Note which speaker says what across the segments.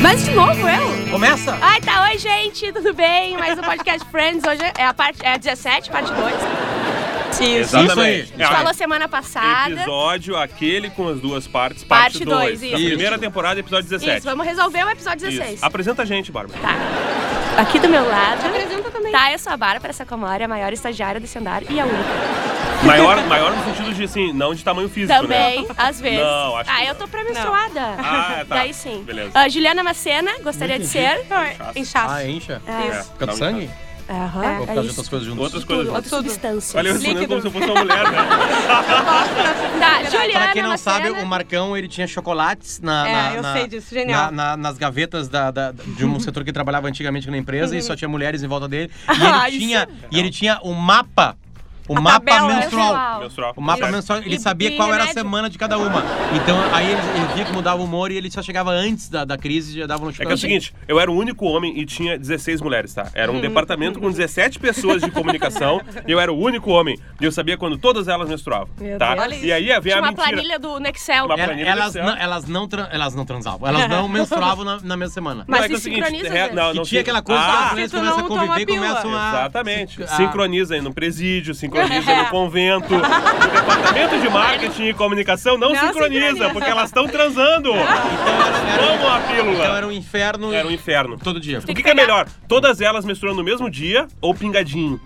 Speaker 1: Começa de novo, eu?
Speaker 2: Começa!
Speaker 1: Ai, tá, oi, gente, tudo bem? Mais um podcast Friends, hoje é a parte é a 17, parte 2.
Speaker 3: Isso.
Speaker 2: Isso
Speaker 3: Exatamente.
Speaker 2: aí.
Speaker 1: A gente falou
Speaker 3: É,
Speaker 1: semana passada.
Speaker 3: episódio aquele com as duas partes,
Speaker 1: Parte
Speaker 3: parte
Speaker 1: dois,
Speaker 3: 2.
Speaker 1: isso.
Speaker 3: Da primeira temporada, episódio 17.
Speaker 1: Isso, vamos resolver o episódio 16.
Speaker 3: Isso. Apresenta a gente, Bárbara.
Speaker 1: Tá. Aqui do meu lado.
Speaker 4: Apresenta também.
Speaker 1: Tá, eu sou a Bárbara Sacomori, a maior estagiária desse andar e a única.
Speaker 3: Maior, maior no sentido de, assim, não de tamanho físico,
Speaker 1: Também,
Speaker 3: né?
Speaker 1: às vezes.
Speaker 3: Não, acho
Speaker 1: ah,
Speaker 3: que
Speaker 1: eu
Speaker 3: não.
Speaker 1: tô pré-menstruada.
Speaker 3: Ah, tá.
Speaker 1: Daí sim.
Speaker 3: Beleza.
Speaker 1: Ah, Juliana Macena, gostaria de ser.
Speaker 4: Inchaço.
Speaker 2: Ah, encha?
Speaker 3: É,
Speaker 2: Por causa do
Speaker 3: dá um
Speaker 2: sangue?
Speaker 1: Aham,
Speaker 2: Ou por
Speaker 1: é
Speaker 2: causa de
Speaker 1: isso.
Speaker 2: outras coisas juntas?
Speaker 3: Outras coisas.
Speaker 1: Tudo, outras
Speaker 4: Tudo.
Speaker 1: substâncias.
Speaker 3: Olha, eu respondendo como
Speaker 4: Líquido.
Speaker 3: se eu fosse uma mulher, né?
Speaker 1: Tá, Juliana
Speaker 2: Pra quem não
Speaker 1: Macena.
Speaker 2: sabe, o Marcão, ele tinha chocolates na...
Speaker 4: né? É,
Speaker 2: na-
Speaker 4: eu
Speaker 2: na-
Speaker 4: sei disso, genial.
Speaker 2: na- na- nas gavetas da- da- de um setor que trabalhava antigamente na empresa e só tinha mulheres em volta dele. E ele,
Speaker 4: Ah, isso
Speaker 2: tinha, e ele tinha o mapa, o mapa
Speaker 4: tabela né,
Speaker 2: menstrual.
Speaker 1: menstrual.
Speaker 3: Menstrual. É.
Speaker 2: O mapa
Speaker 3: Certo.
Speaker 2: menstrual, ele
Speaker 1: E-
Speaker 2: sabia
Speaker 1: e
Speaker 2: qual era a
Speaker 1: remédio.
Speaker 2: semana de cada uma. Então, aí ele, ele via que mudava o humor e ele só chegava antes da, da crise e já dava um
Speaker 3: É que é o seguinte, eu era o único homem e tinha 16 mulheres, tá? Era
Speaker 1: Hum.
Speaker 3: um departamento com 17 pessoas de comunicação e eu era o único homem. E eu sabia quando todas elas menstruavam, tá?
Speaker 1: Deus. Olha isso.
Speaker 3: E aí havia
Speaker 1: Tinha
Speaker 3: a
Speaker 1: uma
Speaker 3: mentira.
Speaker 1: planilha do no Excel.
Speaker 3: Uma-
Speaker 2: Ela-
Speaker 3: planilha
Speaker 2: elas,
Speaker 3: do céu.
Speaker 2: não, elas, não tran- elas não transavam, elas não menstruavam na, na mesma semana.
Speaker 1: Mas
Speaker 3: Não, é que é
Speaker 1: se
Speaker 3: o seguinte,
Speaker 1: sincroniza,
Speaker 3: é-
Speaker 1: né?
Speaker 3: não,
Speaker 2: Que
Speaker 3: não
Speaker 2: tinha
Speaker 3: se-
Speaker 2: aquela coisa,
Speaker 3: Ah,
Speaker 2: ah, elas
Speaker 4: se tu
Speaker 2: começam
Speaker 1: um
Speaker 2: a
Speaker 4: não toma
Speaker 2: conviver e
Speaker 4: pílula.
Speaker 2: começam a...
Speaker 3: Exatamente.
Speaker 1: Ah,
Speaker 2: a-
Speaker 3: Sincroniza aí no presídio,
Speaker 1: É.
Speaker 3: sincroniza no convento. O departamento de marketing e comunicação não,
Speaker 4: Não
Speaker 3: sincroniza,
Speaker 4: sincroniza.
Speaker 3: porque elas estão transando. Vamos a pílula.
Speaker 2: Então era um inferno
Speaker 3: Era um inferno.
Speaker 2: todo dia.
Speaker 3: O que,
Speaker 1: que
Speaker 3: que é
Speaker 1: pegar.
Speaker 3: melhor? Todas elas misturando no mesmo dia ou pingadinho?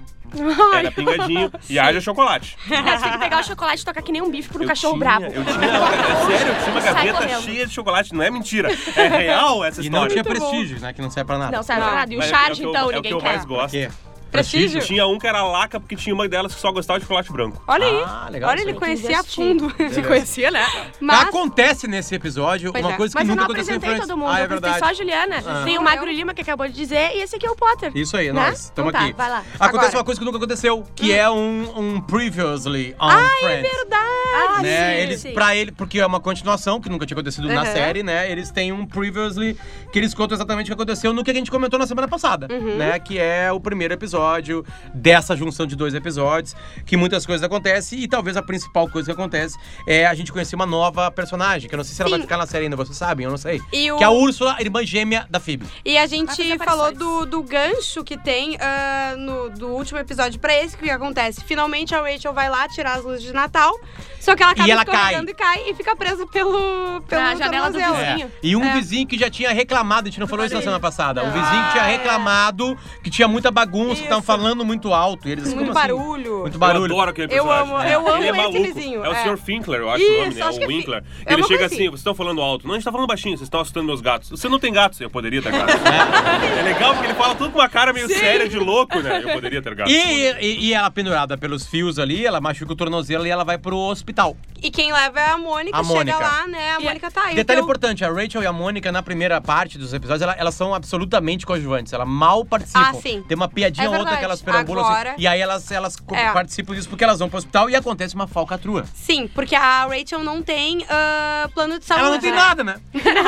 Speaker 3: Era pingadinho e haja chocolate.
Speaker 1: Mas tem que pegar o chocolate e tocar que nem um bife pro
Speaker 3: Eu
Speaker 1: cachorro
Speaker 3: tinha-
Speaker 1: brabo.
Speaker 3: Eu tinha, é sério, eu tinha uma
Speaker 1: Sai
Speaker 3: gaveta
Speaker 1: correndo.
Speaker 3: cheia de chocolate. Não é mentira. É real essa
Speaker 2: E
Speaker 3: história.
Speaker 2: não tinha prestígio, né, que não serve pra nada.
Speaker 1: Não, sabe
Speaker 4: Não.
Speaker 1: nada. E o
Speaker 3: Mas é-
Speaker 1: charge,
Speaker 3: é o que eu-
Speaker 1: então,
Speaker 3: é o que
Speaker 1: ninguém
Speaker 3: eu
Speaker 1: quer.
Speaker 3: mais gosto.
Speaker 2: Porque-
Speaker 4: Prestígio?
Speaker 3: Tinha um que era laca porque tinha uma delas que só gostava de chocolate branco.
Speaker 4: Olha aí.
Speaker 2: Ah, legal
Speaker 4: Olha,
Speaker 2: isso
Speaker 4: ele
Speaker 2: aí.
Speaker 4: conhecia a
Speaker 1: Investi.
Speaker 4: fundo.
Speaker 1: Se conhecia, né?
Speaker 4: Mas
Speaker 2: Tá Acontece nesse episódio
Speaker 4: Pois
Speaker 2: uma
Speaker 4: é.
Speaker 2: coisa que
Speaker 1: Mas eu
Speaker 2: nunca
Speaker 1: não
Speaker 2: aconteceu em
Speaker 1: apresentei
Speaker 2: Friends.
Speaker 1: todo mundo,
Speaker 2: Ah, é
Speaker 1: eu apresentei
Speaker 2: verdade. Ah.
Speaker 1: só a Juliana. Tem o Magro Lima que acabou de dizer e esse aqui é o Potter.
Speaker 2: Isso aí,
Speaker 1: Né?
Speaker 2: nós.
Speaker 1: Então
Speaker 2: Estamos
Speaker 1: tá,
Speaker 2: aqui.
Speaker 1: vai lá.
Speaker 2: Acontece
Speaker 4: Agora.
Speaker 2: uma coisa que nunca aconteceu, que é um, um previously on
Speaker 1: é
Speaker 2: Friends.
Speaker 1: Ah,
Speaker 2: né?
Speaker 1: sim,
Speaker 2: eles,
Speaker 1: sim.
Speaker 2: Pra ele, porque é uma continuação que nunca tinha acontecido na série, né? Eles têm um previously que eles contam exatamente o que aconteceu no que a gente comentou na semana passada,
Speaker 4: Uhum.
Speaker 2: né? Que é o primeiro episódio dessa junção de dois episódios, que muitas coisas acontecem e talvez a principal coisa que acontece é a gente conhecer uma nova personagem, que eu não sei se ela vai
Speaker 4: Sim.
Speaker 2: ficar na série ainda, vocês sabem, eu não sei.
Speaker 4: E o-
Speaker 2: Que é a Úrsula, irmã gêmea da Phoebe.
Speaker 4: E a
Speaker 1: fazer
Speaker 4: gente
Speaker 1: aparições.
Speaker 4: falou do, do gancho que tem ah, no, do último episódio pra esse, que acontece? Finalmente a Rachel vai lá tirar as luzes de Natal, só que ela acaba
Speaker 2: E ela
Speaker 4: escorregando e cai e fica presa pelo, pelo
Speaker 1: Na Ah, janela do
Speaker 4: tornozelo.
Speaker 1: vizinho.
Speaker 2: E um
Speaker 4: É.
Speaker 2: vizinho que já tinha reclamado, a gente não falou isso na semana passada. Um
Speaker 1: Não.
Speaker 2: vizinho que tinha
Speaker 4: Ah, é.
Speaker 2: reclamado, que tinha muita bagunça, que estavam
Speaker 4: Isso.
Speaker 2: falando muito alto. E eles assim,
Speaker 4: Muito
Speaker 2: "Como assim?"
Speaker 4: barulho.
Speaker 2: Muito
Speaker 3: Eu
Speaker 2: barulho.
Speaker 3: adoro aquele
Speaker 4: Eu
Speaker 3: personagem.
Speaker 4: amo- eu amo
Speaker 3: ele é
Speaker 4: esse
Speaker 3: maluco.
Speaker 4: vizinho,
Speaker 3: É o
Speaker 4: é.
Speaker 3: Sr. Finkler, eu acho
Speaker 4: Isso,
Speaker 3: o nome, né?
Speaker 4: acho que é
Speaker 3: O Winkler.
Speaker 4: Fin- é
Speaker 3: Ele
Speaker 4: uma
Speaker 3: chega
Speaker 4: coisa
Speaker 3: assim,
Speaker 4: assim.
Speaker 3: vocês estão falando alto. Não, a gente tá falando baixinho, vocês estão assustando meus gatos. Você não tem gatos, eu poderia ter gatos. é legal porque ele fala tudo com uma cara meio séria de louco, né? Eu poderia ter gatos.
Speaker 2: E, e- e ela pendurada pelos fios ali, ela machuca o tornozelo e ela vai pro hospital.
Speaker 4: E quem leva é a Mônica,
Speaker 2: A
Speaker 4: chega
Speaker 2: Mônica.
Speaker 4: lá, né? A
Speaker 1: E-
Speaker 4: Mônica tá aí.
Speaker 2: Detalhe
Speaker 4: então-
Speaker 2: importante, a Rachel e a Mônica, na primeira parte dos episódios, ela- elas são absolutamente coadjuvantes. Elas mal participam.
Speaker 4: Ah, sim.
Speaker 2: Tem uma piadinha
Speaker 4: É
Speaker 2: ou outra
Speaker 4: verdade.
Speaker 2: que elas perambulam. assim,
Speaker 4: Agora-
Speaker 2: e aí elas, elas co-
Speaker 4: É.
Speaker 2: participam disso porque elas vão pro hospital e acontece uma falcatrua.
Speaker 4: Sim, porque a Rachel não tem ah, plano de saúde.
Speaker 2: Ela não tem
Speaker 4: né?
Speaker 2: nada, né?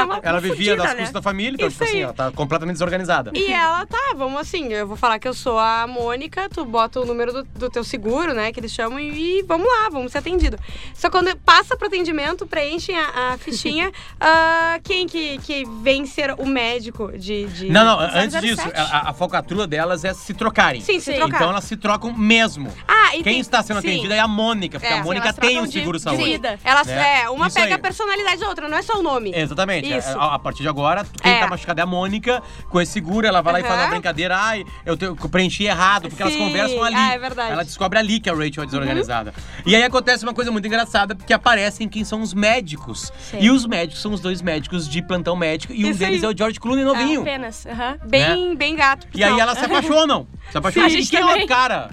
Speaker 4: uma
Speaker 2: Ela vivia
Speaker 4: fudida,
Speaker 2: das
Speaker 4: né?
Speaker 2: custas da família, então,
Speaker 4: Isso
Speaker 2: tipo assim,
Speaker 4: aí.
Speaker 2: ela tá completamente desorganizada.
Speaker 4: E ela, tá, vamos assim, eu vou falar que eu sou a Mônica, tu bota o número do, do teu seguro, né, que eles chamam, e, e vamos lá, vamos ser atendido. Só quando passa pro atendimento, preenchem a, a fichinha, ah, quem que, que vem ser o médico de... de-
Speaker 2: Não, não, antes
Speaker 1: 007.
Speaker 2: disso, a, a falcatrua delas é se trocarem.
Speaker 4: Sim, se
Speaker 1: Sim.
Speaker 4: trocar.
Speaker 2: Então elas se trocam mesmo.
Speaker 4: Ah,
Speaker 2: Quem
Speaker 4: e tem-
Speaker 2: está sendo
Speaker 4: sim.
Speaker 2: atendida é a Mônica, porque
Speaker 4: É,
Speaker 2: a
Speaker 4: sim,
Speaker 2: Mônica
Speaker 1: elas
Speaker 2: tem
Speaker 1: tratam
Speaker 2: um
Speaker 1: de-
Speaker 2: seguro
Speaker 1: de
Speaker 2: saúde.
Speaker 1: vida.
Speaker 4: Elas,
Speaker 2: né?
Speaker 4: É, uma
Speaker 2: Isso
Speaker 4: pega
Speaker 2: aí.
Speaker 4: a personalidade da outra, não é só o nome.
Speaker 2: Exatamente. é,
Speaker 4: Isso.
Speaker 2: A, a partir de agora, quem
Speaker 4: É.
Speaker 2: tá machucado é a Mônica, com esse seguro, ela vai lá e faz
Speaker 4: Aham.
Speaker 2: uma brincadeira. Ai, eu, te- eu preenchi errado, porque elas
Speaker 4: Sim.
Speaker 2: conversam ali.
Speaker 4: Ah, é verdade. Uhum.
Speaker 2: Ela descobre ali que a Rachel é desorganizada. E aí acontece uma coisa muito engraçada, porque aparecem quem são os médicos. E os médicos são os dois médicos de plantão médico, e um
Speaker 4: Isso
Speaker 2: deles
Speaker 4: aí.
Speaker 2: é o George Clooney novinho.
Speaker 1: Ah, Apenas. aham.
Speaker 4: Bem, bem gato. por
Speaker 2: né? e aí
Speaker 4: sinal.
Speaker 2: elas se apaixonam. Se apaixonam.
Speaker 1: A gente
Speaker 2: e quem é
Speaker 1: também.
Speaker 2: o cara?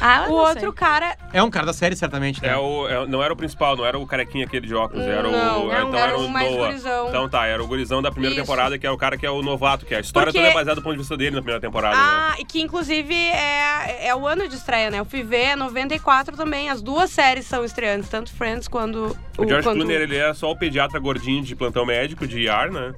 Speaker 1: Ah, eu
Speaker 4: O
Speaker 1: não sei.
Speaker 4: outro cara
Speaker 2: É um cara da série, certamente, né?
Speaker 3: É o, é o- não era o principal, não era o carequinha aquele de óculos, era
Speaker 4: Não,
Speaker 3: o.
Speaker 4: não,
Speaker 3: então
Speaker 4: era
Speaker 3: era
Speaker 4: o
Speaker 3: o
Speaker 4: mais
Speaker 3: Noah.
Speaker 4: gurizão.
Speaker 3: Então tá, era o gurizão da primeira
Speaker 4: Isso.
Speaker 3: temporada, que é o cara que é o novato, que a história
Speaker 4: Porque-
Speaker 3: toda é baseada do ponto de vista dele na primeira temporada. né?
Speaker 4: Ah, e que inclusive é, é o ano de estreia, né? O FIV é 94 também. As duas séries são estreantes, tanto Friends quanto
Speaker 3: O George
Speaker 4: quanto...
Speaker 3: Clooney, ele é só o pediatra gordinho de plantão médico, de IR, né?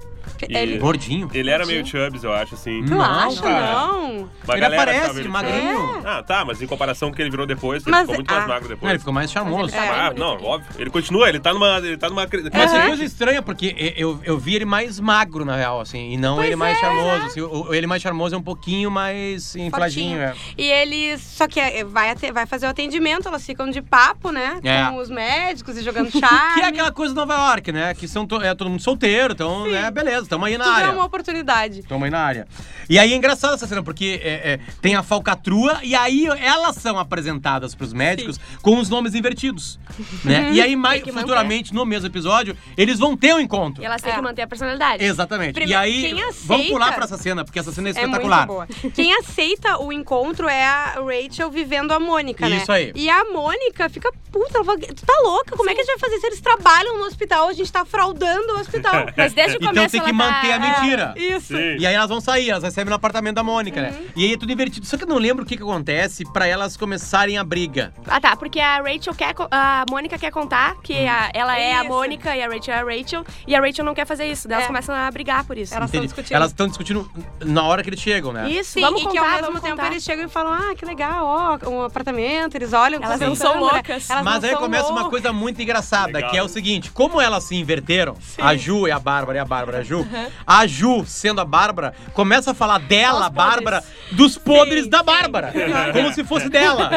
Speaker 3: E
Speaker 4: Ele-
Speaker 2: Gordinho.
Speaker 3: ele era meio chubs, eu acho, assim.
Speaker 2: Tu
Speaker 4: Tu
Speaker 2: Não,
Speaker 4: acha,
Speaker 2: cara.
Speaker 4: não?
Speaker 3: Uma
Speaker 2: Hum. Ele
Speaker 3: galera
Speaker 2: aparece
Speaker 3: achava
Speaker 2: de
Speaker 3: ele
Speaker 2: magrinho. é,
Speaker 3: chubby. Ah, tá, mas em declaração que ele virou depois, ele
Speaker 4: Mas-
Speaker 3: ficou muito mais
Speaker 4: ah.
Speaker 3: magro
Speaker 2: Não,
Speaker 3: Tipo, depois.
Speaker 2: ele ficou mais charmoso.
Speaker 1: Mas ele tá-
Speaker 3: Ah,
Speaker 1: bem bonito
Speaker 3: não,
Speaker 1: aqui.
Speaker 3: óbvio. Ele continua, ele tá numa. Ele tá numa. cre-
Speaker 2: Mas é
Speaker 3: crescente.
Speaker 2: coisa estranha, porque e- eu, eu vi ele mais magro, na real, assim, e não
Speaker 4: Pois
Speaker 2: ele mais
Speaker 4: é,
Speaker 2: charmoso.
Speaker 4: né?
Speaker 2: assim, o, o- ele mais charmoso é um pouquinho mais infladinho. É.
Speaker 4: E eles. Só que é, vai, ate- vai fazer o atendimento, elas ficam de papo, né?
Speaker 2: É.
Speaker 4: Com os médicos e jogando charme.
Speaker 2: Que é aquela coisa de Nova York, né? Que são to- é todo mundo solteiro, então, né, beleza, tamo aí na
Speaker 4: Tudo
Speaker 2: área.
Speaker 4: é uma oportunidade.
Speaker 2: Tamo aí na área. E aí é engraçado essa cena, porque é, é, tem a falcatrua e aí elas são apresentadas pros médicos com os nomes invertidos.
Speaker 4: Uhum.
Speaker 2: Né? E aí,
Speaker 4: É
Speaker 2: mais
Speaker 1: que manter.
Speaker 2: futuramente, no mesmo episódio, eles vão ter um encontro.
Speaker 1: E elas têm
Speaker 4: É.
Speaker 1: que manter a personalidade.
Speaker 2: Exatamente. e
Speaker 4: Primeiro,
Speaker 2: aí,
Speaker 4: quem aceita-
Speaker 2: vamos pular pra essa cena, porque essa cena é
Speaker 4: É muito
Speaker 2: espetacular.
Speaker 4: boa. Quem aceita o encontro é a Rachel vivendo a Mônica, né?
Speaker 2: Isso aí.
Speaker 4: E a Mônica fica puta, ela fala, tu tá louca? Como é que a gente vai fazer se eles trabalham no hospital? A gente tá fraudando o hospital.
Speaker 1: Mas desde o
Speaker 2: Então
Speaker 1: começo
Speaker 2: tem que
Speaker 1: ela
Speaker 2: manter
Speaker 1: tá...
Speaker 2: a mentira.
Speaker 4: Isso.
Speaker 3: Sim.
Speaker 2: E aí elas vão sair, elas recebem no apartamento da Mônica,
Speaker 4: Uhum.
Speaker 2: né? E aí é tudo divertido. Só que eu não lembro o que, que acontece pra elas começarem a briga.
Speaker 1: Ah, tá. Porque a Rachel quer. co- A Mônica quer contar que a- ela é a
Speaker 4: Uhum. Isso.
Speaker 1: Mônica e a Rachel é a Rachel. E a Rachel não quer fazer isso. Daí elas
Speaker 4: É.
Speaker 1: começam a brigar por isso.
Speaker 4: Elas estão
Speaker 2: Entende?
Speaker 4: discutindo.
Speaker 2: Elas estão discutindo na hora que eles chegam, né?
Speaker 1: Isso,
Speaker 4: Sim,
Speaker 1: vamos
Speaker 4: e
Speaker 1: contar,
Speaker 4: que ao mesmo
Speaker 1: vamos
Speaker 4: tempo
Speaker 1: contar.
Speaker 4: eles chegam e falam: ah, que legal, ó, um apartamento, eles olham.
Speaker 1: Elas não
Speaker 4: conversando,
Speaker 1: são
Speaker 4: né?
Speaker 1: loucas.
Speaker 4: Elas
Speaker 2: Mas
Speaker 4: não
Speaker 2: aí
Speaker 4: são
Speaker 2: começa uma
Speaker 4: loucas.
Speaker 2: coisa muito engraçada,
Speaker 3: Legal.
Speaker 2: que é o seguinte: como elas se inverteram, a Ju e a Bárbara, e a Bárbara e a Ju, a Ju, sendo a Bárbara, começa a falar dela,
Speaker 1: Aos
Speaker 2: a Bárbara, dos podres da Bárbara. Como se fosse dela.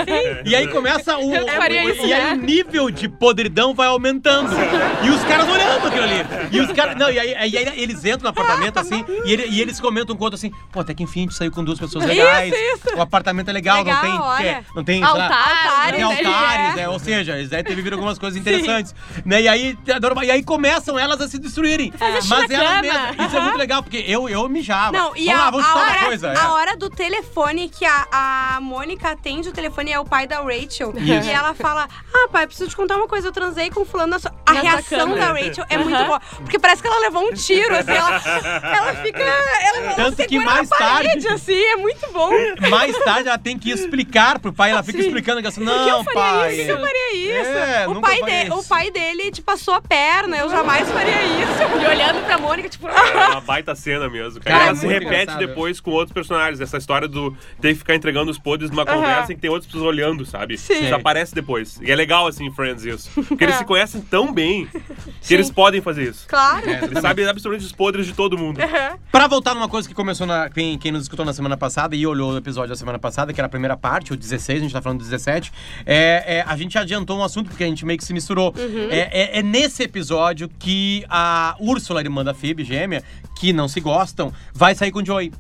Speaker 2: E aí começa o.
Speaker 1: Eu faria
Speaker 2: o-
Speaker 1: isso,
Speaker 2: e aí
Speaker 1: né?
Speaker 2: o nível de podridão vai aumentando. E os caras olhando aquilo ali. E os caras. Não, e aí, e aí eles entram no apartamento assim, e, ele- e eles comentam um conto assim: pô, até que enfim a gente saiu com duas pessoas legais. O apartamento é legal,
Speaker 4: Legal,
Speaker 2: não tem.
Speaker 4: olha.
Speaker 2: é, não tem sei lá,
Speaker 1: Altares,
Speaker 2: tem
Speaker 4: Altares, É.
Speaker 1: né?
Speaker 2: altares, né? Ou seja, eles aí viram algumas coisas interessantes. Né? E, aí, e aí começam elas a se destruírem. Mas
Speaker 1: xilacama.
Speaker 2: elas mesmas. Isso é muito legal, porque eu, eu mijava.
Speaker 4: Não, e
Speaker 2: vamos
Speaker 4: a,
Speaker 2: lá, vamos
Speaker 4: a
Speaker 2: chutar
Speaker 4: hora,
Speaker 2: uma coisa. é.
Speaker 4: a hora do telefone que a, a Mônica atende o telefone é o pai da Rachel.
Speaker 2: Isso.
Speaker 4: E ela fela: Ah, pai, preciso te contar uma coisa. Eu transei com fulano. na sua-" A
Speaker 1: Na tua
Speaker 4: reação
Speaker 1: cama.
Speaker 4: da Rachel é muito boa. Porque parece que ela levou um tiro, assim. Ela, ela fica. Ela, ela
Speaker 2: Tanto que
Speaker 4: segura
Speaker 2: mais
Speaker 4: na parede,
Speaker 2: tarde-
Speaker 4: assim. É muito bom.
Speaker 2: Mais tarde ela tem que explicar pro pai, ela fica explicando que assim, não, pai.
Speaker 4: Por que eu faria isso?
Speaker 2: É,
Speaker 4: o,
Speaker 2: nunca
Speaker 4: pai
Speaker 2: faria
Speaker 4: de-
Speaker 2: isso.
Speaker 4: o pai dele te passou a perna. Eu jamais faria isso.
Speaker 1: E olhando pra Mônica, tipo.
Speaker 4: Ah,
Speaker 3: É uma baita cena mesmo, cara.
Speaker 2: Cara,
Speaker 3: ela
Speaker 2: é
Speaker 3: se
Speaker 2: muito
Speaker 3: repete
Speaker 2: engraçado.
Speaker 3: depois com outros personagens. Essa história do ter que ficar entregando os podres numa conversa em que tem outras pessoas olhando, sabe?
Speaker 4: Sim.
Speaker 3: Isso aparece depois. E é legal, assim, em Friends, isso. Porque eles
Speaker 4: É.
Speaker 3: se conhecem tão bem que eles podem fazer isso.
Speaker 4: Claro.
Speaker 2: É,
Speaker 3: Eles sabem absolutamente os podres de todo mundo.
Speaker 2: Pra voltar numa coisa que começou na. Quem, quem nos escutou na semana passada e olhou o episódio da semana passada, que era a primeira parte, o 16, a gente tá falando do 17. É, é, a gente adiantou um assunto porque a gente meio que se misturou.
Speaker 4: Uhum.
Speaker 2: É, é- é nesse episódio que a Úrsula, irmã da Phoebe, gêmea, que não se gostam, vai sair com o Joey.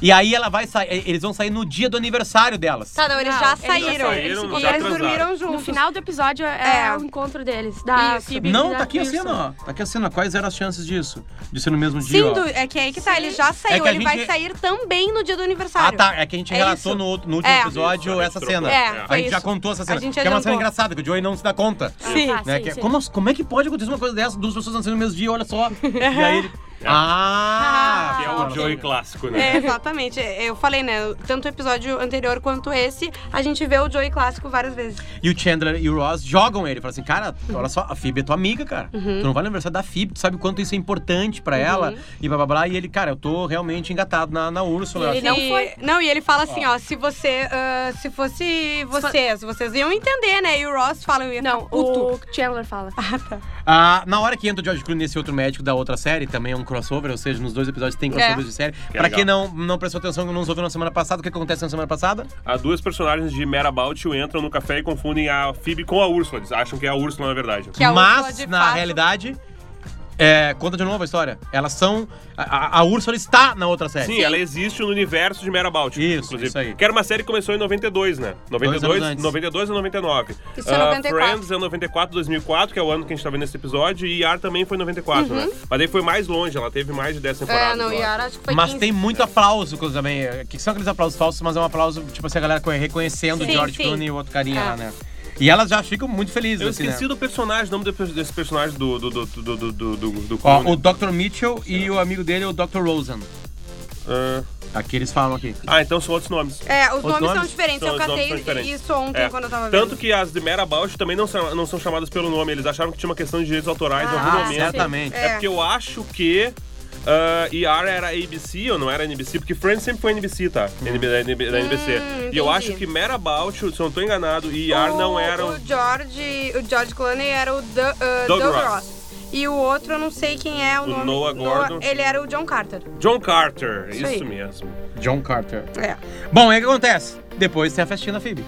Speaker 2: E aí ela vai sair. é, Eles vão sair no dia do aniversário delas.
Speaker 4: Tá, não, eles
Speaker 1: Não,
Speaker 4: já
Speaker 1: eles já
Speaker 4: saíram.
Speaker 3: saíram,
Speaker 4: Eles-
Speaker 3: já
Speaker 4: e eles
Speaker 3: transaram.
Speaker 4: dormiram
Speaker 1: No
Speaker 4: juntos.
Speaker 1: final do episódio é,
Speaker 4: É.
Speaker 1: o encontro deles. Da
Speaker 4: Isso.
Speaker 1: Phoebe e
Speaker 2: Não,
Speaker 1: da Ah,
Speaker 2: tá aqui a
Speaker 1: Wilson.
Speaker 2: cena, ó. Tá aqui a cena. Quais eram as chances disso? De ser no mesmo dia?
Speaker 4: Sim,
Speaker 2: ó. Ah,
Speaker 4: du- é que aí que tá, ele já saiu,
Speaker 2: que a
Speaker 4: ele vai
Speaker 2: gente-
Speaker 4: sair também no dia do
Speaker 2: Ah,
Speaker 4: aniversário.
Speaker 2: tá. É que a gente
Speaker 4: É
Speaker 2: relatou
Speaker 4: isso.
Speaker 2: no, outro- no último
Speaker 4: É.
Speaker 2: episódio
Speaker 3: Isso, a gente
Speaker 2: essa
Speaker 3: trocou.
Speaker 2: cena.
Speaker 4: É,
Speaker 2: a
Speaker 4: foi
Speaker 2: gente já
Speaker 4: isso.
Speaker 2: contou essa
Speaker 4: A
Speaker 2: cena.
Speaker 4: gente
Speaker 2: que é uma cena
Speaker 4: adiantou.
Speaker 2: engraçada, que o Joey não se dá conta.
Speaker 4: Sim.
Speaker 1: Ah,
Speaker 2: Né?
Speaker 1: sim,
Speaker 2: Que é-
Speaker 1: sim.
Speaker 2: como, como é que pode acontecer uma coisa dessa? Duas pessoas nascendo no mesmo dia, olha só. e aí ele...
Speaker 3: É.
Speaker 2: Ah!
Speaker 3: Que é o Joey clássico, né?
Speaker 4: É, exatamente. É, Eu falei, né? Tanto o episódio anterior quanto esse, a gente vê o Joey clássico várias vezes.
Speaker 2: E o Chandler e o Ross jogam ele. Falam assim, cara, olha só, a Phoebe é tua amiga, cara. Tu não vai no aniversário da Phoebe, tu sabe o quanto isso é importante pra ela. E blá, blá, blá. E ele, cara, eu tô realmente engatado na, na Úrsula.
Speaker 1: E ele não
Speaker 4: E-
Speaker 1: foi.
Speaker 4: Não, e ele fala assim, ó, se você. ah, se fosse vocês, vocês iam entender, né? E o Ross fala, eu ia
Speaker 1: Não,
Speaker 4: ficar puto.
Speaker 1: o Chandler fala.
Speaker 2: Ah, na hora que entra o George Clooney nesse outro médico da outra série, também é um crossover, ou seja, nos dois episódios tem crossovers
Speaker 4: É.
Speaker 2: de série.
Speaker 3: Que
Speaker 2: pra
Speaker 3: legal.
Speaker 2: quem não, não prestou atenção, que não nos ouviu na semana passada, o que acontece na semana passada?
Speaker 3: As duas personagens de Merabout entram no café e confundem a Phoebe com a Úrsula. Eles acham que é a Úrsula, na verdade.
Speaker 4: Que a Úrsula,
Speaker 2: Mas,
Speaker 4: de
Speaker 2: na
Speaker 4: fato-
Speaker 2: realidade, é, conta de novo a história. Elas são. A, a- a Úrsula está na outra série.
Speaker 3: Sim, ela existe no universo de Merabout.
Speaker 2: Isso,
Speaker 3: inclusive.
Speaker 2: isso aí.
Speaker 3: Que era uma série que começou em 92, né?
Speaker 2: anos
Speaker 3: 92,
Speaker 2: antes.
Speaker 3: 92 ou 99.
Speaker 4: Isso é
Speaker 3: Ah,
Speaker 4: 94.
Speaker 3: Friends é 94, 2004, que é o ano que a gente tá vendo esse episódio, e Yar também foi 94, né? Mas daí foi mais longe, ela teve mais de 10 temporadas.
Speaker 4: Uhum. É, não,
Speaker 3: eu
Speaker 4: e
Speaker 3: acho.
Speaker 4: acho que foi
Speaker 2: Mas
Speaker 4: 15.
Speaker 2: tem muito aplauso coisa também. é, Que são aqueles aplausos falsos, mas é um aplauso, tipo assim, a galera reconhecendo o
Speaker 4: Sim,
Speaker 2: George
Speaker 4: sim.
Speaker 2: Clooney e o outro carinha
Speaker 4: É.
Speaker 2: lá, né? E elas já ficam muito felizes,
Speaker 3: Eu
Speaker 2: assim,
Speaker 3: esqueci
Speaker 2: né?
Speaker 3: do personagem, o nome do- desse personagem do. do. do. do. do. do. do, do
Speaker 2: Ó,
Speaker 3: Clooney.
Speaker 2: o Dr. Mitchell e o amigo dele, é o Dr. Rosen.
Speaker 3: Ah,
Speaker 2: Aqui eles falam aqui.
Speaker 3: Ah, então são outros nomes.
Speaker 4: É, os,
Speaker 2: Os
Speaker 4: nomes, são
Speaker 2: nomes
Speaker 4: diferentes.
Speaker 3: são-
Speaker 4: eu
Speaker 3: os nomes são
Speaker 4: catei
Speaker 3: diferentes.
Speaker 4: isso ontem
Speaker 3: É.
Speaker 4: quando eu tava vendo.
Speaker 3: Tanto que as de Merabout também não são, não são chamadas pelo nome, eles acharam que tinha uma questão de direitos autorais em algum
Speaker 4: É.
Speaker 2: Ah,
Speaker 3: momento.
Speaker 2: certamente.
Speaker 3: É porque eu acho que Ah, ER era ABC ou não era NBC? Porque Friends sempre foi NBC, tá? NB da NB da NBC. e eu
Speaker 4: Hum, entendi.
Speaker 3: acho que Merabout, se eu não tô enganado, e ER não era.
Speaker 4: O George, o George Clooney era o Doug, uh,
Speaker 3: Doug
Speaker 4: Doug
Speaker 3: Ross.
Speaker 4: Ross. E o outro, eu não sei quem é o,
Speaker 3: O
Speaker 4: nome.
Speaker 3: Noah Gordon.
Speaker 4: ele era o John Carter.
Speaker 3: John Carter, isso,
Speaker 4: Isso aí.
Speaker 3: mesmo.
Speaker 2: John Carter.
Speaker 4: É.
Speaker 2: Bom, aí o que acontece? Depois tem a festinha da Phoebe,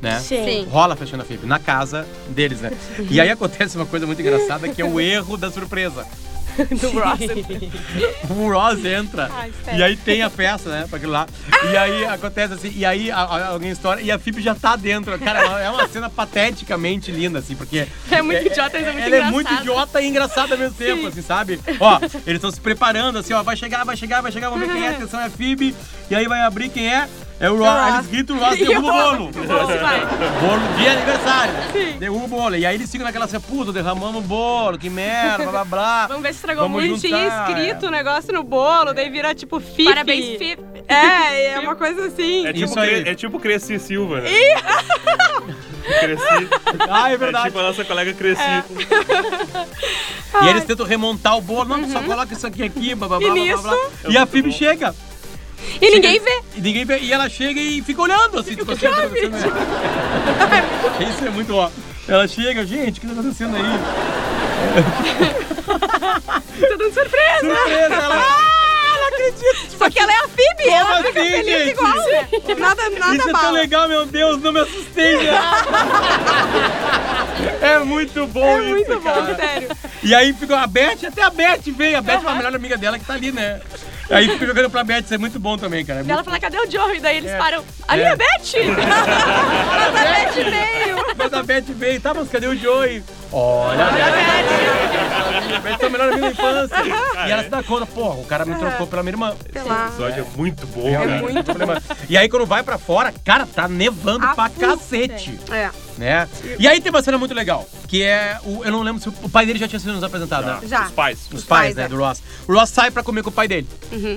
Speaker 2: né?
Speaker 4: Sim.
Speaker 2: Rola a festinha da Phoebe, na casa deles, né? E aí acontece uma coisa muito engraçada, que é o erro da surpresa.
Speaker 1: Do Ross. Ah,
Speaker 2: O Ross entra
Speaker 4: Ai, espera.
Speaker 2: e aí tem a festa, né? Pra aquilo lá. E aí acontece assim, e aí a- a- alguém estoura e a Phoebe já tá dentro. Cara, ela- é uma cena pateticamente linda, assim, porque.
Speaker 1: É muito idiota, mas é muito
Speaker 2: Ela é
Speaker 1: engraçado.
Speaker 2: muito idiota e engraçada ao mesmo tempo, assim, sabe? Ó, eles estão se preparando, assim, ó, vai chegar, vai chegar, vai chegar, vamos ver quem é, atenção é a Phoebe, e aí vai abrir quem é. É o Ross,
Speaker 4: Ross.
Speaker 2: eles gritam o Ross
Speaker 4: um
Speaker 2: derruba o bolo.
Speaker 1: Ross vai.
Speaker 2: Bolo de aniversário. Derruba o bolo. E aí eles ficam naquela assim, puta, derramamos o bolo, que merda, blá blá blá.
Speaker 1: Vamos ver se estragou
Speaker 4: Pegou
Speaker 2: Vamos
Speaker 4: muito, tinha
Speaker 2: juntar,
Speaker 4: escrito
Speaker 3: é.
Speaker 4: o negócio no bolo, daí vira tipo Fifi.
Speaker 1: Parabéns, Fifi.
Speaker 4: É, é uma coisa assim.
Speaker 3: É tipo,
Speaker 2: Isso aí.
Speaker 3: Cre- é tipo Cresci Silva, né? Cresci.
Speaker 2: Ah, é
Speaker 3: É
Speaker 2: verdade.
Speaker 3: tipo a nossa colega Cresci.
Speaker 4: É.
Speaker 2: E eles tentam remontar o bolo. Não, só coloca isso aqui, aqui, blá, blá,
Speaker 4: Uhum. E
Speaker 2: blá, blá, blá.
Speaker 4: nisso-
Speaker 2: E a Phoebe chega.
Speaker 4: E ninguém vê.
Speaker 2: E, ninguém vê, e ela chega e fica olhando, assim, tipo assim. o que tá acontecendo, né? Isso é muito ó. Ela chega, gente, o que tá acontecendo aí?
Speaker 4: Tô Tá dando surpresa.
Speaker 2: Surpresa, ela...
Speaker 4: Ah, não acredito. Só que ela é a Phoebe, ela
Speaker 2: Como
Speaker 4: fica
Speaker 2: assim,
Speaker 4: feliz
Speaker 2: gente?
Speaker 4: igual. né? Nada,
Speaker 2: Isso
Speaker 4: nada
Speaker 2: é tão
Speaker 4: mal.
Speaker 2: legal, meu Deus, não me assustei, né? É muito bom
Speaker 4: É
Speaker 2: isso,
Speaker 4: muito
Speaker 2: cara.
Speaker 4: bom, sério.
Speaker 2: E aí ficou a Beth, até a Beth veio. A Beth é a melhor amiga dela que tá ali, né? Aí fica jogando pra Beth, isso é muito bom também, cara. É
Speaker 1: Daí Ela tá-
Speaker 2: muito...
Speaker 1: fala, cadê o Joey? Daí eles
Speaker 2: É.
Speaker 1: param. Ali
Speaker 2: É.
Speaker 1: é a Beth!
Speaker 4: Mas a Beth veio.
Speaker 2: Mas a Beth veio, tá, mas cadê o Joey? Olha a Beth. A Beth é a melhor amiga da infância. E ela se dá conta, porra, o cara me trocou pela minha irmã.
Speaker 4: Sei lá.
Speaker 3: O episódio é muito bom,
Speaker 2: É
Speaker 3: cara.
Speaker 2: muito problema. E aí quando vai pra fora, cara, tá nevando
Speaker 4: A
Speaker 2: pra
Speaker 4: fuça,
Speaker 2: cacete.
Speaker 4: É.
Speaker 2: Né? E aí tem uma cena muito legal, que é. O, eu não lembro se o o pai dele já tinha sido nos apresentado, né?
Speaker 4: Já.
Speaker 3: Os pais.
Speaker 2: Os
Speaker 4: Os
Speaker 2: pais,
Speaker 4: pais,
Speaker 2: né,
Speaker 4: é. Uhum.
Speaker 2: do Ross. O Ross sai pra comer com o pai dele.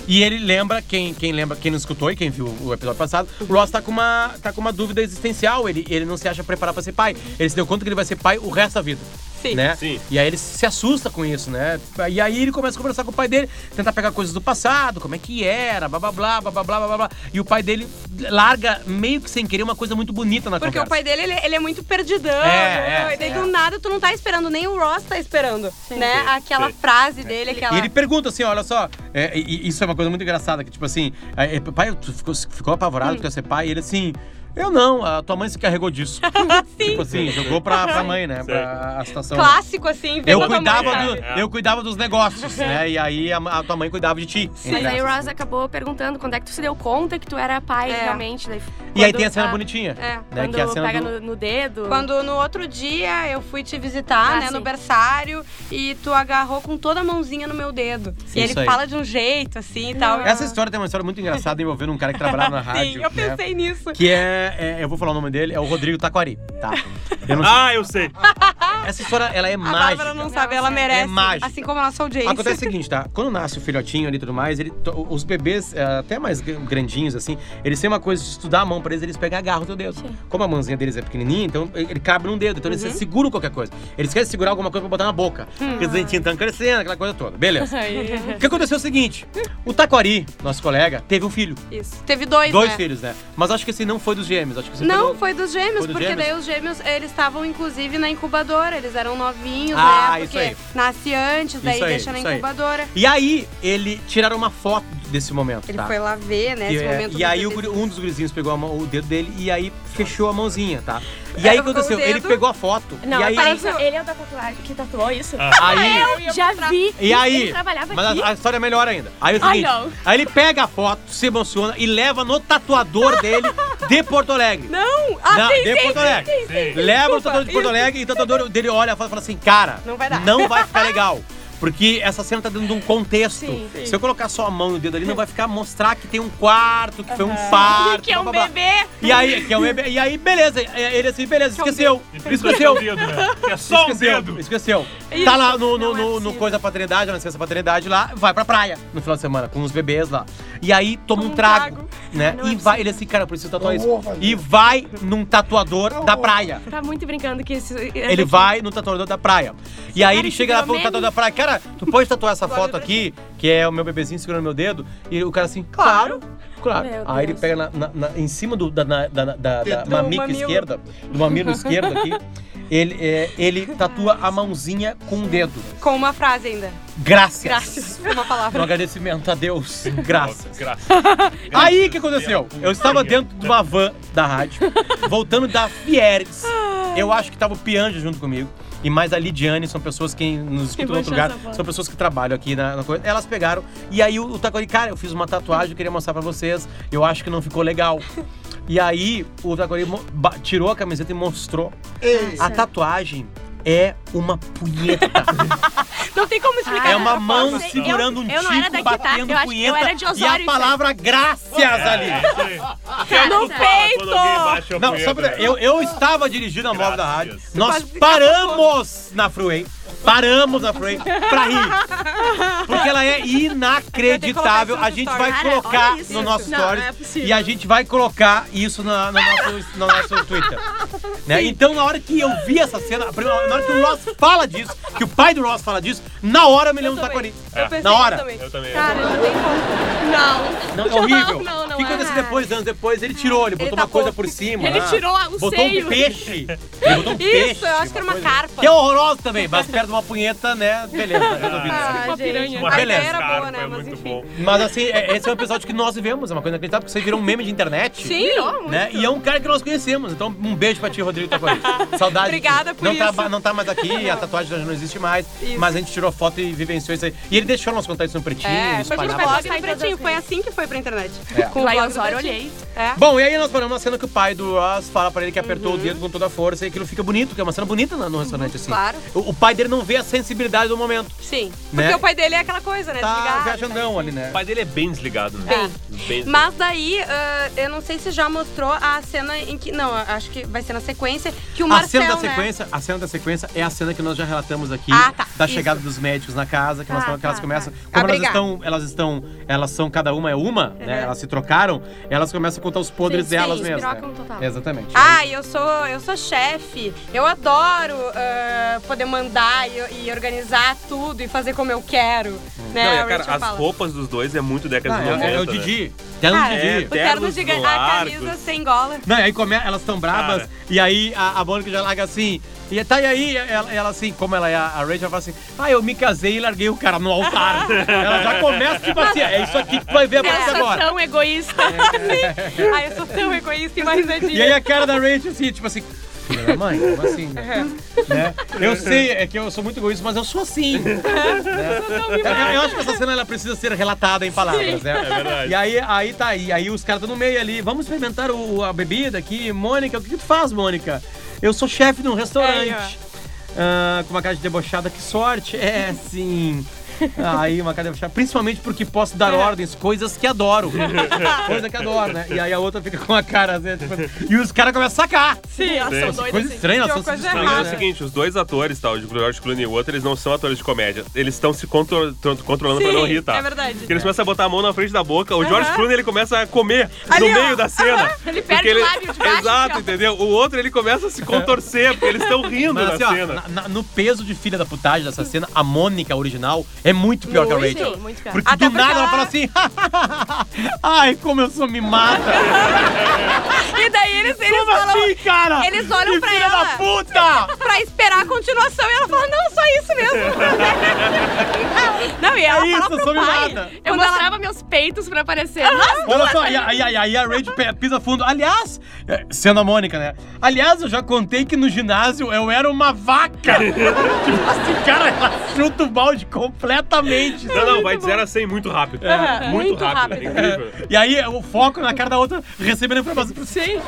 Speaker 2: E ele lembra, quem, quem lembra, quem não escutou e quem viu o episódio passado, o Ross tá com uma, tá com uma dúvida existencial. Ele, ele não se acha preparado pra ser pai. Ele se deu conta que ele vai ser pai o resto da vida.
Speaker 4: Sim.
Speaker 2: Né?
Speaker 3: Sim.
Speaker 2: E aí ele se assusta com isso, né? E aí ele começa a conversar com o pai dele, tentar pegar coisas do passado, como é que era, blá blá blá, blá blá blá blá blá. E o pai dele larga, meio que sem querer, uma coisa muito bonita na
Speaker 4: Porque
Speaker 2: conversa.
Speaker 4: o pai dele, ele, ele é muito perdidão.
Speaker 2: É,
Speaker 4: né?
Speaker 2: é,
Speaker 4: e daí
Speaker 2: é.
Speaker 4: do nada tu não tá esperando, nem o Ross tá esperando. Né?
Speaker 3: Sim,
Speaker 4: Aquela
Speaker 3: sim.
Speaker 4: frase dele, aquela.
Speaker 2: E ele pergunta assim, olha só, é, e- e isso é uma coisa muito engraçada, que tipo assim, é, é, pai, tu ficou, ficou apavorado que ia ser pai? E ele assim, eu não, a tua mãe se carregou disso. Tipo assim, jogou pra, pra mãe, né, pra a situação.
Speaker 4: Clássico, assim, vendo
Speaker 2: Eu
Speaker 4: a mãe,
Speaker 2: cuidava,
Speaker 4: sabe?
Speaker 2: do- eu cuidava dos negócios, né? E aí a, a tua mãe cuidava de ti. né.
Speaker 1: Mas
Speaker 2: entre
Speaker 1: aí o
Speaker 2: aspas.
Speaker 1: Ross acabou perguntando quando é que tu se deu conta que tu era pai
Speaker 4: É.
Speaker 1: realmente. Daí,
Speaker 2: E aí
Speaker 1: quando
Speaker 2: tem a cena
Speaker 1: a-
Speaker 2: bonitinha.
Speaker 4: É.
Speaker 2: né,
Speaker 1: Quando
Speaker 2: que é a cena
Speaker 1: pega
Speaker 2: do-
Speaker 1: no, no dedo.
Speaker 4: Quando no outro dia eu fui te visitar,
Speaker 1: Ah,
Speaker 4: né, no
Speaker 1: sim.
Speaker 4: berçário, e tu agarrou com toda a mãozinha no meu dedo.
Speaker 2: Sim,
Speaker 4: e ele
Speaker 2: isso aí.
Speaker 4: fala de um jeito, assim e tal.
Speaker 2: Essa história tem uma história muito engraçada envolvendo um cara que trabalhava na rádio.
Speaker 4: Sim, eu
Speaker 2: né?
Speaker 4: pensei nisso.
Speaker 2: Que é, é- Eu vou falar o nome dele, é o Rodrigo Taquari. Tá. Eu não sei-
Speaker 3: Ah, eu sei.
Speaker 2: Essa história ela é
Speaker 4: A
Speaker 2: mágica.
Speaker 4: Bárbara não sabe, ela
Speaker 1: É
Speaker 4: merece.
Speaker 2: mágica.
Speaker 4: Assim como a nossa audiência.
Speaker 2: Acontece o seguinte, tá? Quando nasce o filhotinho ali e tudo mais, ele, to- os bebês, eh, até mais gr- grandinhos, assim, eles têm uma coisa de estudar a mão pra eles, eles pegam e agarram o teu dedo. Como a mãozinha deles é pequenininha, então ele ele cabe num dedo, então
Speaker 4: Uhum.
Speaker 2: eles seguram qualquer coisa. Eles querem segurar alguma coisa pra botar na boca.
Speaker 4: Hum.
Speaker 2: Porque os dentinhos estão crescendo, aquela coisa toda. Beleza. O que aconteceu é o seguinte: o Taquari, nosso colega, teve um filho.
Speaker 4: Isso. Teve dois,
Speaker 2: Dois
Speaker 4: né?
Speaker 2: filhos, né? Mas acho que esse não foi dos gêmeos, acho que esse
Speaker 4: Não,
Speaker 2: do-
Speaker 4: foi dos gêmeos,
Speaker 2: Foi dos
Speaker 4: porque
Speaker 2: gêmeos?
Speaker 4: daí os gêmeos, eles estavam inclusive na incubadora, eles eram novinhos,
Speaker 2: Ah,
Speaker 4: né?
Speaker 2: isso
Speaker 4: Porque
Speaker 2: aí.
Speaker 4: nasce antes, daí
Speaker 2: Isso aí,
Speaker 4: deixa na
Speaker 2: isso aí.
Speaker 4: incubadora.
Speaker 2: E aí, ele tiraram uma foto desse momento.
Speaker 4: Ele
Speaker 2: tá?
Speaker 4: foi lá ver, né,
Speaker 2: E,
Speaker 4: esse
Speaker 2: é,
Speaker 4: momento.
Speaker 2: e
Speaker 4: do
Speaker 2: aí o
Speaker 4: bebê.
Speaker 2: guri- um dos gurizinhos pegou a mão- o dedo dele e aí fechou a mãozinha, tá? E
Speaker 4: É,
Speaker 2: aí o que
Speaker 4: com o
Speaker 2: aconteceu? Ele
Speaker 4: dedo.
Speaker 2: pegou a foto.
Speaker 1: Não,
Speaker 2: e aí,
Speaker 1: peraí,
Speaker 4: Parece-
Speaker 1: ele é o da tatuagem que tatuou isso?
Speaker 2: aí
Speaker 1: Já vi.
Speaker 2: e
Speaker 1: Ele
Speaker 2: aí,
Speaker 1: trabalhava
Speaker 2: mas
Speaker 1: aqui.
Speaker 2: a, a história é melhor ainda. Aí, é o
Speaker 1: Ai,
Speaker 2: seguinte,
Speaker 1: não.
Speaker 2: aí ele pega a foto, se emociona e leva no tatuador dele de Porto Alegre.
Speaker 4: Não! Ah,
Speaker 2: Na-
Speaker 4: sim,
Speaker 2: de
Speaker 4: sim,
Speaker 2: Porto Alegre.
Speaker 4: sim, sim, sim.
Speaker 2: Leva o tatuador de
Speaker 4: Desculpa,
Speaker 2: Porto Alegre e o tatuador dele olha a foto e fala assim, cara,
Speaker 4: Não vai dar.
Speaker 2: não vai ficar legal. Porque essa cena tá dentro de um contexto.
Speaker 1: Sim, sim.
Speaker 2: Se eu colocar só a mão e o dedo ali, não vai ficar mostrar que tem um quarto, que foi um parto.
Speaker 1: Que é um
Speaker 2: blá, blá, blá.
Speaker 1: bebê.
Speaker 2: E aí, que é o EB, e aí, beleza. Ele assim, beleza, esqueceu.
Speaker 3: E principalmente
Speaker 2: Esqueceu.
Speaker 3: o dedo, né? Que É só um
Speaker 2: esqueceu,
Speaker 3: dedo.
Speaker 2: Esqueceu. Tá lá no, no, no, no coisa paternidade, na licença paternidade lá, vai pra praia no final de semana com os bebês lá. E aí toma um,
Speaker 4: um
Speaker 2: trago,
Speaker 4: trago.
Speaker 2: né?
Speaker 1: Não é
Speaker 2: e vai, ele assim, cara, eu preciso
Speaker 3: Tá
Speaker 2: tatuar
Speaker 5: Eu
Speaker 2: isso.
Speaker 5: vou fazer.
Speaker 2: E vai num tatuador da praia.
Speaker 1: Tá muito brincando que esse.
Speaker 2: Ele vai no tatuador da praia. E
Speaker 1: Cara,
Speaker 2: aí ele
Speaker 1: que
Speaker 2: chega lá pro
Speaker 1: virou meme.
Speaker 2: tatuador da praia, cara, tu pode tatuar essa
Speaker 4: Agora
Speaker 2: foto
Speaker 4: eu
Speaker 2: aqui, que é o meu bebezinho segurando meu dedo? E o cara assim, claro. Claro.
Speaker 1: Meu
Speaker 2: Aí ele
Speaker 1: Deus.
Speaker 2: pega na- na- na- em cima do, da, na- da, da, da
Speaker 5: Dedo.
Speaker 2: mamica
Speaker 4: mamilo.
Speaker 2: esquerda, do mamilo esquerdo aqui, ele, é, ele tatua a mãozinha com o dedo.
Speaker 4: Com uma frase ainda.
Speaker 2: Graças.
Speaker 4: Graças. Uma
Speaker 2: Um
Speaker 4: palavra.
Speaker 2: agradecimento a Deus. Graças.
Speaker 3: Oh, Graças.
Speaker 2: Aí o que aconteceu? Eu estava dentro de uma van da rádio, voltando da Fieres. Eu acho que estava o Pianja junto comigo. E mais a Lidiane, são pessoas que nos escutam em
Speaker 1: baixou
Speaker 2: outro lugar,
Speaker 1: essa bola.
Speaker 2: são pessoas que trabalham aqui na, na coisa. Elas pegaram, e aí o, o Taquari, cara, eu fiz uma tatuagem, eu queria mostrar pra vocês, eu acho que não ficou legal. E aí o Taquari mo- ba- tirou a camiseta e mostrou.
Speaker 5: Ei,
Speaker 2: A tatuagem é uma punheta.
Speaker 4: Não tem como explicar.
Speaker 2: É
Speaker 4: de
Speaker 2: uma
Speaker 4: outra
Speaker 2: mão
Speaker 4: forma.
Speaker 1: sei.
Speaker 2: segurando
Speaker 1: Eu-
Speaker 2: um
Speaker 1: eu não era
Speaker 2: tico,
Speaker 1: daqui, tá?
Speaker 2: batendo
Speaker 1: Eu acho- eu
Speaker 2: punheta
Speaker 1: era de Osório,
Speaker 2: e a
Speaker 1: isso aí.
Speaker 2: palavra graças
Speaker 3: É
Speaker 2: ali.
Speaker 4: No
Speaker 3: Quando alguém
Speaker 4: peito!
Speaker 3: baixa a
Speaker 2: Não,
Speaker 3: punheta, né?
Speaker 2: só pra, eu, eu estava dirigindo a móvel da
Speaker 3: Graças a
Speaker 2: rádio.
Speaker 3: Deus.
Speaker 2: Nós
Speaker 4: quase ficou
Speaker 2: paramos na Freeway. Paramos na Freeway pra rir. Porque ela é inacreditável.
Speaker 4: Eu tenho que colocar
Speaker 1: Cara,
Speaker 2: a gente vai
Speaker 4: isso no story.
Speaker 1: olha
Speaker 2: colocar
Speaker 1: isso.
Speaker 2: no nosso
Speaker 1: Não,
Speaker 2: stories.
Speaker 1: não é possível.
Speaker 2: e a gente vai colocar isso na- no,
Speaker 4: Ah!
Speaker 2: nosso, no nosso Twitter. Né? Então, na hora que eu vi essa cena, a primeira- na hora que o Ross fala disso, que o pai do Ross fala disso, na hora tá eu me lembro do Taquari.
Speaker 4: Eu pensei
Speaker 2: Na hora.
Speaker 4: isso também.
Speaker 3: Eu também.
Speaker 4: Cara, não tem como. Não.
Speaker 2: Não, é horrível.
Speaker 4: Não, não, não
Speaker 2: o que aconteceu
Speaker 4: é.
Speaker 2: depois, anos depois? Ele tirou, ele botou uma
Speaker 4: tapou.
Speaker 2: coisa por cima.
Speaker 1: Ele
Speaker 2: né?
Speaker 1: tirou o
Speaker 2: Botou
Speaker 1: seio.
Speaker 2: um peixe. Ele botou um peixe.
Speaker 4: Isso, eu acho que era uma
Speaker 2: coisa.
Speaker 4: carpa.
Speaker 2: Que é horroroso também, mas perto de uma punheta, né? Beleza, resolvido.
Speaker 4: Ah,
Speaker 1: Uma piranha.
Speaker 4: gente.
Speaker 1: Uma
Speaker 4: A
Speaker 2: beleza. é
Speaker 4: ideia era boa, né?
Speaker 3: Foi
Speaker 4: Mas
Speaker 3: muito
Speaker 4: enfim.
Speaker 3: bom.
Speaker 2: Mas assim, é- esse é um episódio que nós vivemos, é uma coisa inacreditável, porque você virou um meme de internet.
Speaker 4: Sim. Virou
Speaker 2: Né? E é um cara que nós conhecemos. Então, um beijo pra ti, Rodrigo Taquari. Saudade.
Speaker 4: Obrigada
Speaker 2: de ti.
Speaker 4: por
Speaker 2: não Tá,
Speaker 4: isso.
Speaker 2: ba- não tá mais aqui, a tatuagem já não existe mais.
Speaker 4: Isso.
Speaker 2: Mas a gente tirou foto e vivenciou isso aí. E ele deixou nós contar isso no pretinho,
Speaker 4: É, foi
Speaker 2: espalhava.
Speaker 4: tipo
Speaker 1: espalhava.
Speaker 4: blog do Pretinho. Foi assim que foi pra internet.
Speaker 2: É.
Speaker 4: Com o
Speaker 1: Lá em
Speaker 4: blog do
Speaker 1: Osório,
Speaker 4: Pretinho.
Speaker 1: olhei.
Speaker 4: É.
Speaker 2: Bom, e aí nós paramos na cena que o pai do Ross fala pra ele que apertou o
Speaker 4: Uhum.
Speaker 2: dedo com toda a força e aquilo fica bonito, que é uma cena bonita na- no restaurante, assim.
Speaker 4: claro.
Speaker 2: O, o pai dele não vê a sensibilidade do momento.
Speaker 4: Sim.
Speaker 2: Né?
Speaker 4: Porque o pai dele é aquela coisa, né?
Speaker 2: Tá
Speaker 4: Desligado.
Speaker 2: viajandão ali,
Speaker 3: O
Speaker 2: né?
Speaker 3: pai dele é bem desligado, né?
Speaker 4: Bem.
Speaker 3: Bem desligado.
Speaker 4: Mas daí, ah, eu não sei se já mostrou a cena em que. Não, eu acho que vai ser na sequência. Que o
Speaker 2: A
Speaker 4: Marcel,
Speaker 2: cena, da
Speaker 4: né?
Speaker 2: sequência, a cena da sequência é a cena que nós já relatamos aqui
Speaker 4: Ah, tá.
Speaker 2: da
Speaker 4: Isso.
Speaker 2: chegada dos médicos na casa, que, nós
Speaker 4: Tá,
Speaker 2: falamos que elas
Speaker 4: tá,
Speaker 2: começam.
Speaker 4: tá.
Speaker 2: Como elas
Speaker 4: Obrigada. Uhum.
Speaker 2: estão, elas estão. Elas são, cada uma é uma, né? Elas se trocaram, elas começam a contar os podres
Speaker 1: Sim,
Speaker 2: delas
Speaker 1: sim,
Speaker 2: mesmas.
Speaker 1: pirocam total.
Speaker 2: Exatamente.
Speaker 4: Ah, eu sou, eu sou chefe. Eu adoro ah, poder mandar e, e organizar tudo e fazer como eu quero.
Speaker 2: Hum.
Speaker 4: Né?
Speaker 3: Não, e,
Speaker 4: A
Speaker 3: cara,
Speaker 4: Rachel
Speaker 3: as
Speaker 4: fala.
Speaker 3: roupas dos dois é muito década
Speaker 2: Ah,
Speaker 3: de 90.
Speaker 2: é, é o
Speaker 3: né?
Speaker 2: Didi. Tem um
Speaker 4: Cara,
Speaker 2: Didi.
Speaker 4: o terno
Speaker 3: ternos
Speaker 4: de
Speaker 3: no
Speaker 4: a
Speaker 3: arco.
Speaker 4: camisa sem gola.
Speaker 2: Não, e aí come, elas estão bravas,
Speaker 3: Cara.
Speaker 2: e aí a, a Mônica já larga assim. E tá e aí, ela, ela assim, como ela é a, a Rachel, ela fala assim: Ah, eu me casei e larguei o cara no altar. ela já começa, tipo assim, é isso aqui que tu vai ver a partir de agora.
Speaker 1: tão egoísta.
Speaker 4: Ai, eu sou tão egoísta e mais
Speaker 2: E aí a cara da Rachel assim, tipo assim. Filha da mãe, como assim? né? Eu sei, é que eu sou muito egoísta, mas eu sou assim. né? eu, eu acho que essa cena ela precisa ser relatada em palavras, né?
Speaker 3: É verdade.
Speaker 2: E aí, aí tá aí, aí os caras estão no meio ali, vamos experimentar o- a bebida aqui. Mônica, o que, que tu faz, Mônica? Eu sou chefe de um restaurante.
Speaker 4: Aí,
Speaker 2: Ah, com uma cara de debochada, que sorte. É, sim. Aí uma cara de debochada, principalmente porque posso
Speaker 3: É.
Speaker 2: dar ordens, coisas que adoro. Coisa que adoro, né? E aí a outra fica com a cara assim, tipo, e os caras começam a sacar.
Speaker 1: Sim, elas são
Speaker 3: Sim.
Speaker 1: doidas.
Speaker 2: Coisa
Speaker 1: assim.
Speaker 2: estranha,
Speaker 4: Tem
Speaker 2: elas
Speaker 4: uma
Speaker 2: são
Speaker 4: coisa
Speaker 3: O
Speaker 2: estranhas,
Speaker 3: negócio é o
Speaker 2: né?
Speaker 3: seguinte, os dois atores, tá, o George Clooney e o outro, eles não são atores de comédia. Eles estão se contro- tro- controlando pra não rir, tá?
Speaker 4: é verdade.
Speaker 3: Porque eles começam a botar a mão na frente da boca, o George
Speaker 4: Aham.
Speaker 3: Clooney ele começa a comer
Speaker 4: Ali,
Speaker 3: no
Speaker 4: ó.
Speaker 3: meio da cena.
Speaker 1: Ele
Speaker 3: Porque
Speaker 1: perde o lábio de baixo.
Speaker 3: Exato,
Speaker 1: assim, ó.
Speaker 3: entendeu? O outro ele começa a se contorcer, porque eles estão rindo
Speaker 2: Mas,
Speaker 3: na
Speaker 2: assim, ó,
Speaker 3: cena.
Speaker 2: na- na- no peso de filha da putagem dessa cena, a Mônica original é muito pior que a
Speaker 1: Muito,
Speaker 2: Rachel.
Speaker 1: muito pior.
Speaker 2: Porque
Speaker 4: Até
Speaker 2: do nada
Speaker 4: porque
Speaker 2: ela fala
Speaker 4: ela-
Speaker 2: assim: ai, como eu sou mimada.
Speaker 4: E daí eles, eles
Speaker 2: Como
Speaker 4: falam.
Speaker 2: assim, cara?
Speaker 4: eles olham
Speaker 2: Que
Speaker 4: pra
Speaker 2: filha
Speaker 4: ela.
Speaker 2: da puta!
Speaker 4: Pra esperar a continuação e ela fala, não, só isso mesmo. não, e ela
Speaker 2: É
Speaker 4: fala
Speaker 2: isso,
Speaker 4: pro
Speaker 2: sou
Speaker 4: pai.
Speaker 2: mimada.
Speaker 1: Eu
Speaker 4: Quando ela-
Speaker 1: mostrava meus peitos pra aparecer. Nossa,
Speaker 2: Olha só, e aí, aí, aí a Rachel pe- pisa fundo. Aliás, é, sendo a Mônica, né? Aliás, eu já contei que no ginásio eu era uma vaca. tipo assim, cara, ela chuta o balde completamente.
Speaker 3: Não, não, vai de 0 a 100 muito rápido. muito,
Speaker 4: muito
Speaker 3: rápido,
Speaker 4: rápido.
Speaker 3: é incrível.
Speaker 2: E aí o foco na cara da outra recebendo a informação. Sim.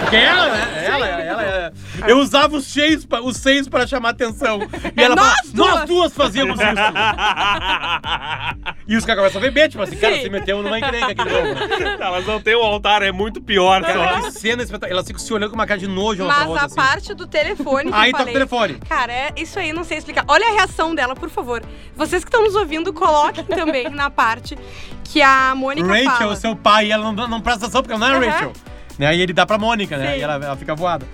Speaker 2: Porque ela, né? Ela, ela, ela. Eu usava os seis, pra- os seis pra chamar atenção. E ela
Speaker 4: É Nós
Speaker 2: fala, nós duas fazíamos isso. E os caras começam a beber, tipo assim, cara,
Speaker 1: Sim.
Speaker 2: se meteu numa encrenca aqui de novo. né?
Speaker 3: Tá, mas não tem o altar, é muito pior.
Speaker 2: Cara,
Speaker 3: Cara,
Speaker 2: que cena espetacular. Elas ficam se olhando com uma cara de nojo uma pra
Speaker 4: Mas
Speaker 2: outra,
Speaker 4: a
Speaker 2: assim.
Speaker 4: parte do telefone que
Speaker 2: Aí
Speaker 4: eu
Speaker 2: tá o
Speaker 4: falei...
Speaker 2: telefone.
Speaker 4: Cara, é isso aí, não sei explicar. Olha a reação dela, por favor. Vocês que estão nos ouvindo, coloquem também na parte que a Mônica
Speaker 2: Rachel,
Speaker 4: fala.
Speaker 2: seu pai, e ela não, não presta atenção porque ela não é
Speaker 4: Aham.
Speaker 2: Rachel. Né? E ele dá pra Mônica, né?
Speaker 4: Sim.
Speaker 2: E ela, ela fica voada.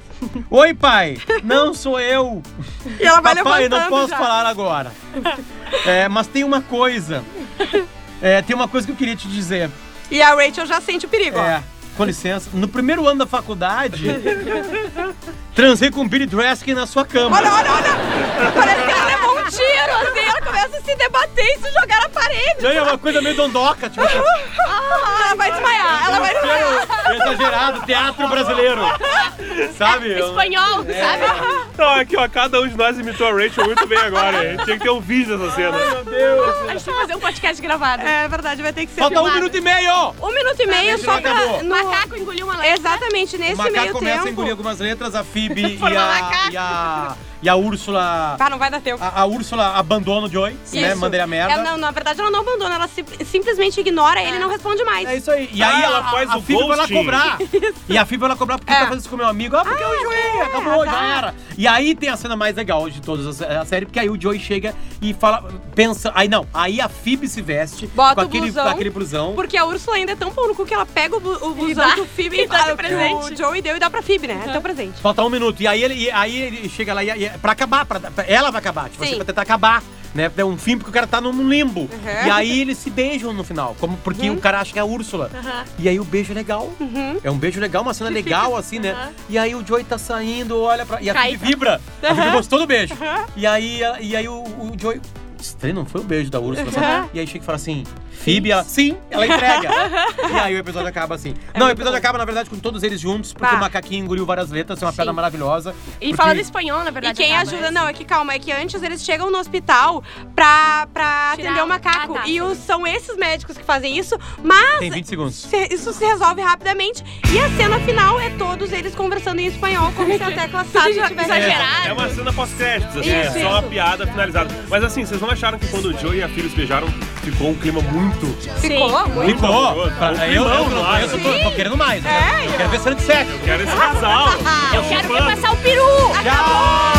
Speaker 2: Oi, pai! Não sou eu!
Speaker 4: E ela vai
Speaker 2: Papai,
Speaker 4: Tá levantando
Speaker 2: não posso
Speaker 4: já.
Speaker 2: falar agora. É, mas tem uma coisa. É, tem uma coisa que eu queria te dizer.
Speaker 4: E a Rachel já sente o perigo, ó.
Speaker 2: É, com licença, no primeiro ano da faculdade, transei com Billy Dreskin na sua cama.
Speaker 4: Olha, olha, olha! Parece que ela levou um tiro, assim, ela começa a se debater e se jogar na parede.
Speaker 2: Não, é uma coisa meio dondoca, tipo,
Speaker 4: Ah, ela vai desmaiar, ela vai desmaiar.
Speaker 2: exagerado, teatro brasileiro. Sabe?
Speaker 1: Espanhol, sabe?
Speaker 3: Não, aqui, ó, cada um de nós imitou a Rachel muito bem agora. hein? Tinha que ter um vídeo dessa cena.
Speaker 2: Meu Deus!
Speaker 1: A gente tem que fazer um podcast gravado.
Speaker 4: É verdade, vai ter que ser
Speaker 2: Falta um
Speaker 4: filmado.
Speaker 2: minuto e meio!
Speaker 4: Um minuto e meio
Speaker 2: gente,
Speaker 4: só
Speaker 2: não acabou.
Speaker 4: pra... no-
Speaker 1: Macaco engoliu uma
Speaker 4: né?
Speaker 1: letra.
Speaker 4: Exatamente, nesse
Speaker 2: O macaco
Speaker 4: meio
Speaker 2: começa
Speaker 4: tempo...
Speaker 2: a engolir né? algumas letras, a Phoebe e
Speaker 1: Formar
Speaker 2: a,
Speaker 1: macaco.
Speaker 2: e a. E a Úrsula.
Speaker 4: Ah, não vai dar tempo.
Speaker 2: A, a Úrsula abandona o Joey, né?
Speaker 4: Isso.
Speaker 2: Manda ele a merda.
Speaker 4: Ela, não, na verdade, ela não abandona, ela sim- simplesmente ignora ele e não responde mais.
Speaker 2: É isso aí. E aí
Speaker 3: Ah,
Speaker 2: ela
Speaker 3: ela faz
Speaker 2: a, a
Speaker 3: o
Speaker 2: Phoebe vai lá
Speaker 3: ghosting.
Speaker 2: cobrar. E a Phoebe vai lá cobrar porque
Speaker 4: É.
Speaker 2: tá fazendo isso com meu amigo. Ah, porque eu enjoei, acabou, já era. E aí tem a cena mais legal de todas a série, porque aí o Joey chega e fala, pensa, aí não, aí a Phoebe se veste
Speaker 4: Bota
Speaker 2: com
Speaker 4: o
Speaker 2: aquele,
Speaker 4: blusão.
Speaker 2: com aquele blusão.
Speaker 4: Porque a Úrsula ainda é tão pau no cu que ela pega o, bu- o
Speaker 1: dá-
Speaker 4: blusão do Phoebe
Speaker 1: e dá de
Speaker 4: ah, que
Speaker 1: presente. Uhum.
Speaker 4: O Joey deu e dá pra Phoebe, né? É teu presente.
Speaker 2: Falta um minuto. E aí ele, e aí ele chega lá e, e pra acabar, pra, pra- ela vai acabar, tipo
Speaker 4: Sim.
Speaker 2: assim, pra tentar acabar. Né? É um fim porque o cara tá num limbo.
Speaker 4: Uhum.
Speaker 2: E aí eles se beijam no final, como porque o cara acha que é a Úrsula. E aí o beijo é legal. É um beijo legal, uma cena legal, assim, né? E aí o Joey tá saindo, olha pra. E a
Speaker 1: Cai.
Speaker 2: Phoebe vibra. A Phoebe gostou do beijo. E aí, ela- e aí o, o Joey. Estranho, não foi o beijo da Úrsula. sabe? E aí chega e fala assim, Phoebe, ela, sim, ela entrega. e aí o episódio acaba assim. não, o episódio acaba, na verdade, com todos eles juntos, porque
Speaker 4: É Tá.
Speaker 2: o macaquinho engoliu várias letras, é uma pedra maravilhosa.
Speaker 1: E
Speaker 2: porque-
Speaker 1: falando espanhol, na verdade.
Speaker 4: E quem
Speaker 1: acaba,
Speaker 4: ajuda,
Speaker 1: né?
Speaker 4: não, é que calma, é que antes eles chegam no hospital pra, pra
Speaker 1: Tirar
Speaker 4: atender o
Speaker 1: o-
Speaker 4: macaco.
Speaker 1: Ah, tá,
Speaker 4: e
Speaker 1: tá.
Speaker 4: os- são esses médicos que fazem isso, mas
Speaker 2: Tem 20 segundos.
Speaker 4: se- isso se resolve rapidamente. E a cena final é todos eles conversando em espanhol, como se a tecla SAD tivesse
Speaker 1: Exagerado.
Speaker 3: É uma cena pós-créditos, assim, é
Speaker 4: Isso,
Speaker 3: só uma
Speaker 4: isso.
Speaker 3: piada finalizada. Mas assim, vocês não acharam que quando o Joe e a Phyllis beijaram, ficou um clima muito.
Speaker 4: Ficou? Muito.
Speaker 2: Ficou! Pra-
Speaker 3: Um
Speaker 2: eu, eu,
Speaker 3: climão,
Speaker 2: eu-
Speaker 3: claro.
Speaker 2: eu tô, tô querendo mais, né?
Speaker 4: É,
Speaker 2: eu quero ver cena de sexo.
Speaker 3: Quero esse casal!
Speaker 4: Tá
Speaker 1: Eu quero ver passar o peru!
Speaker 2: Tchau!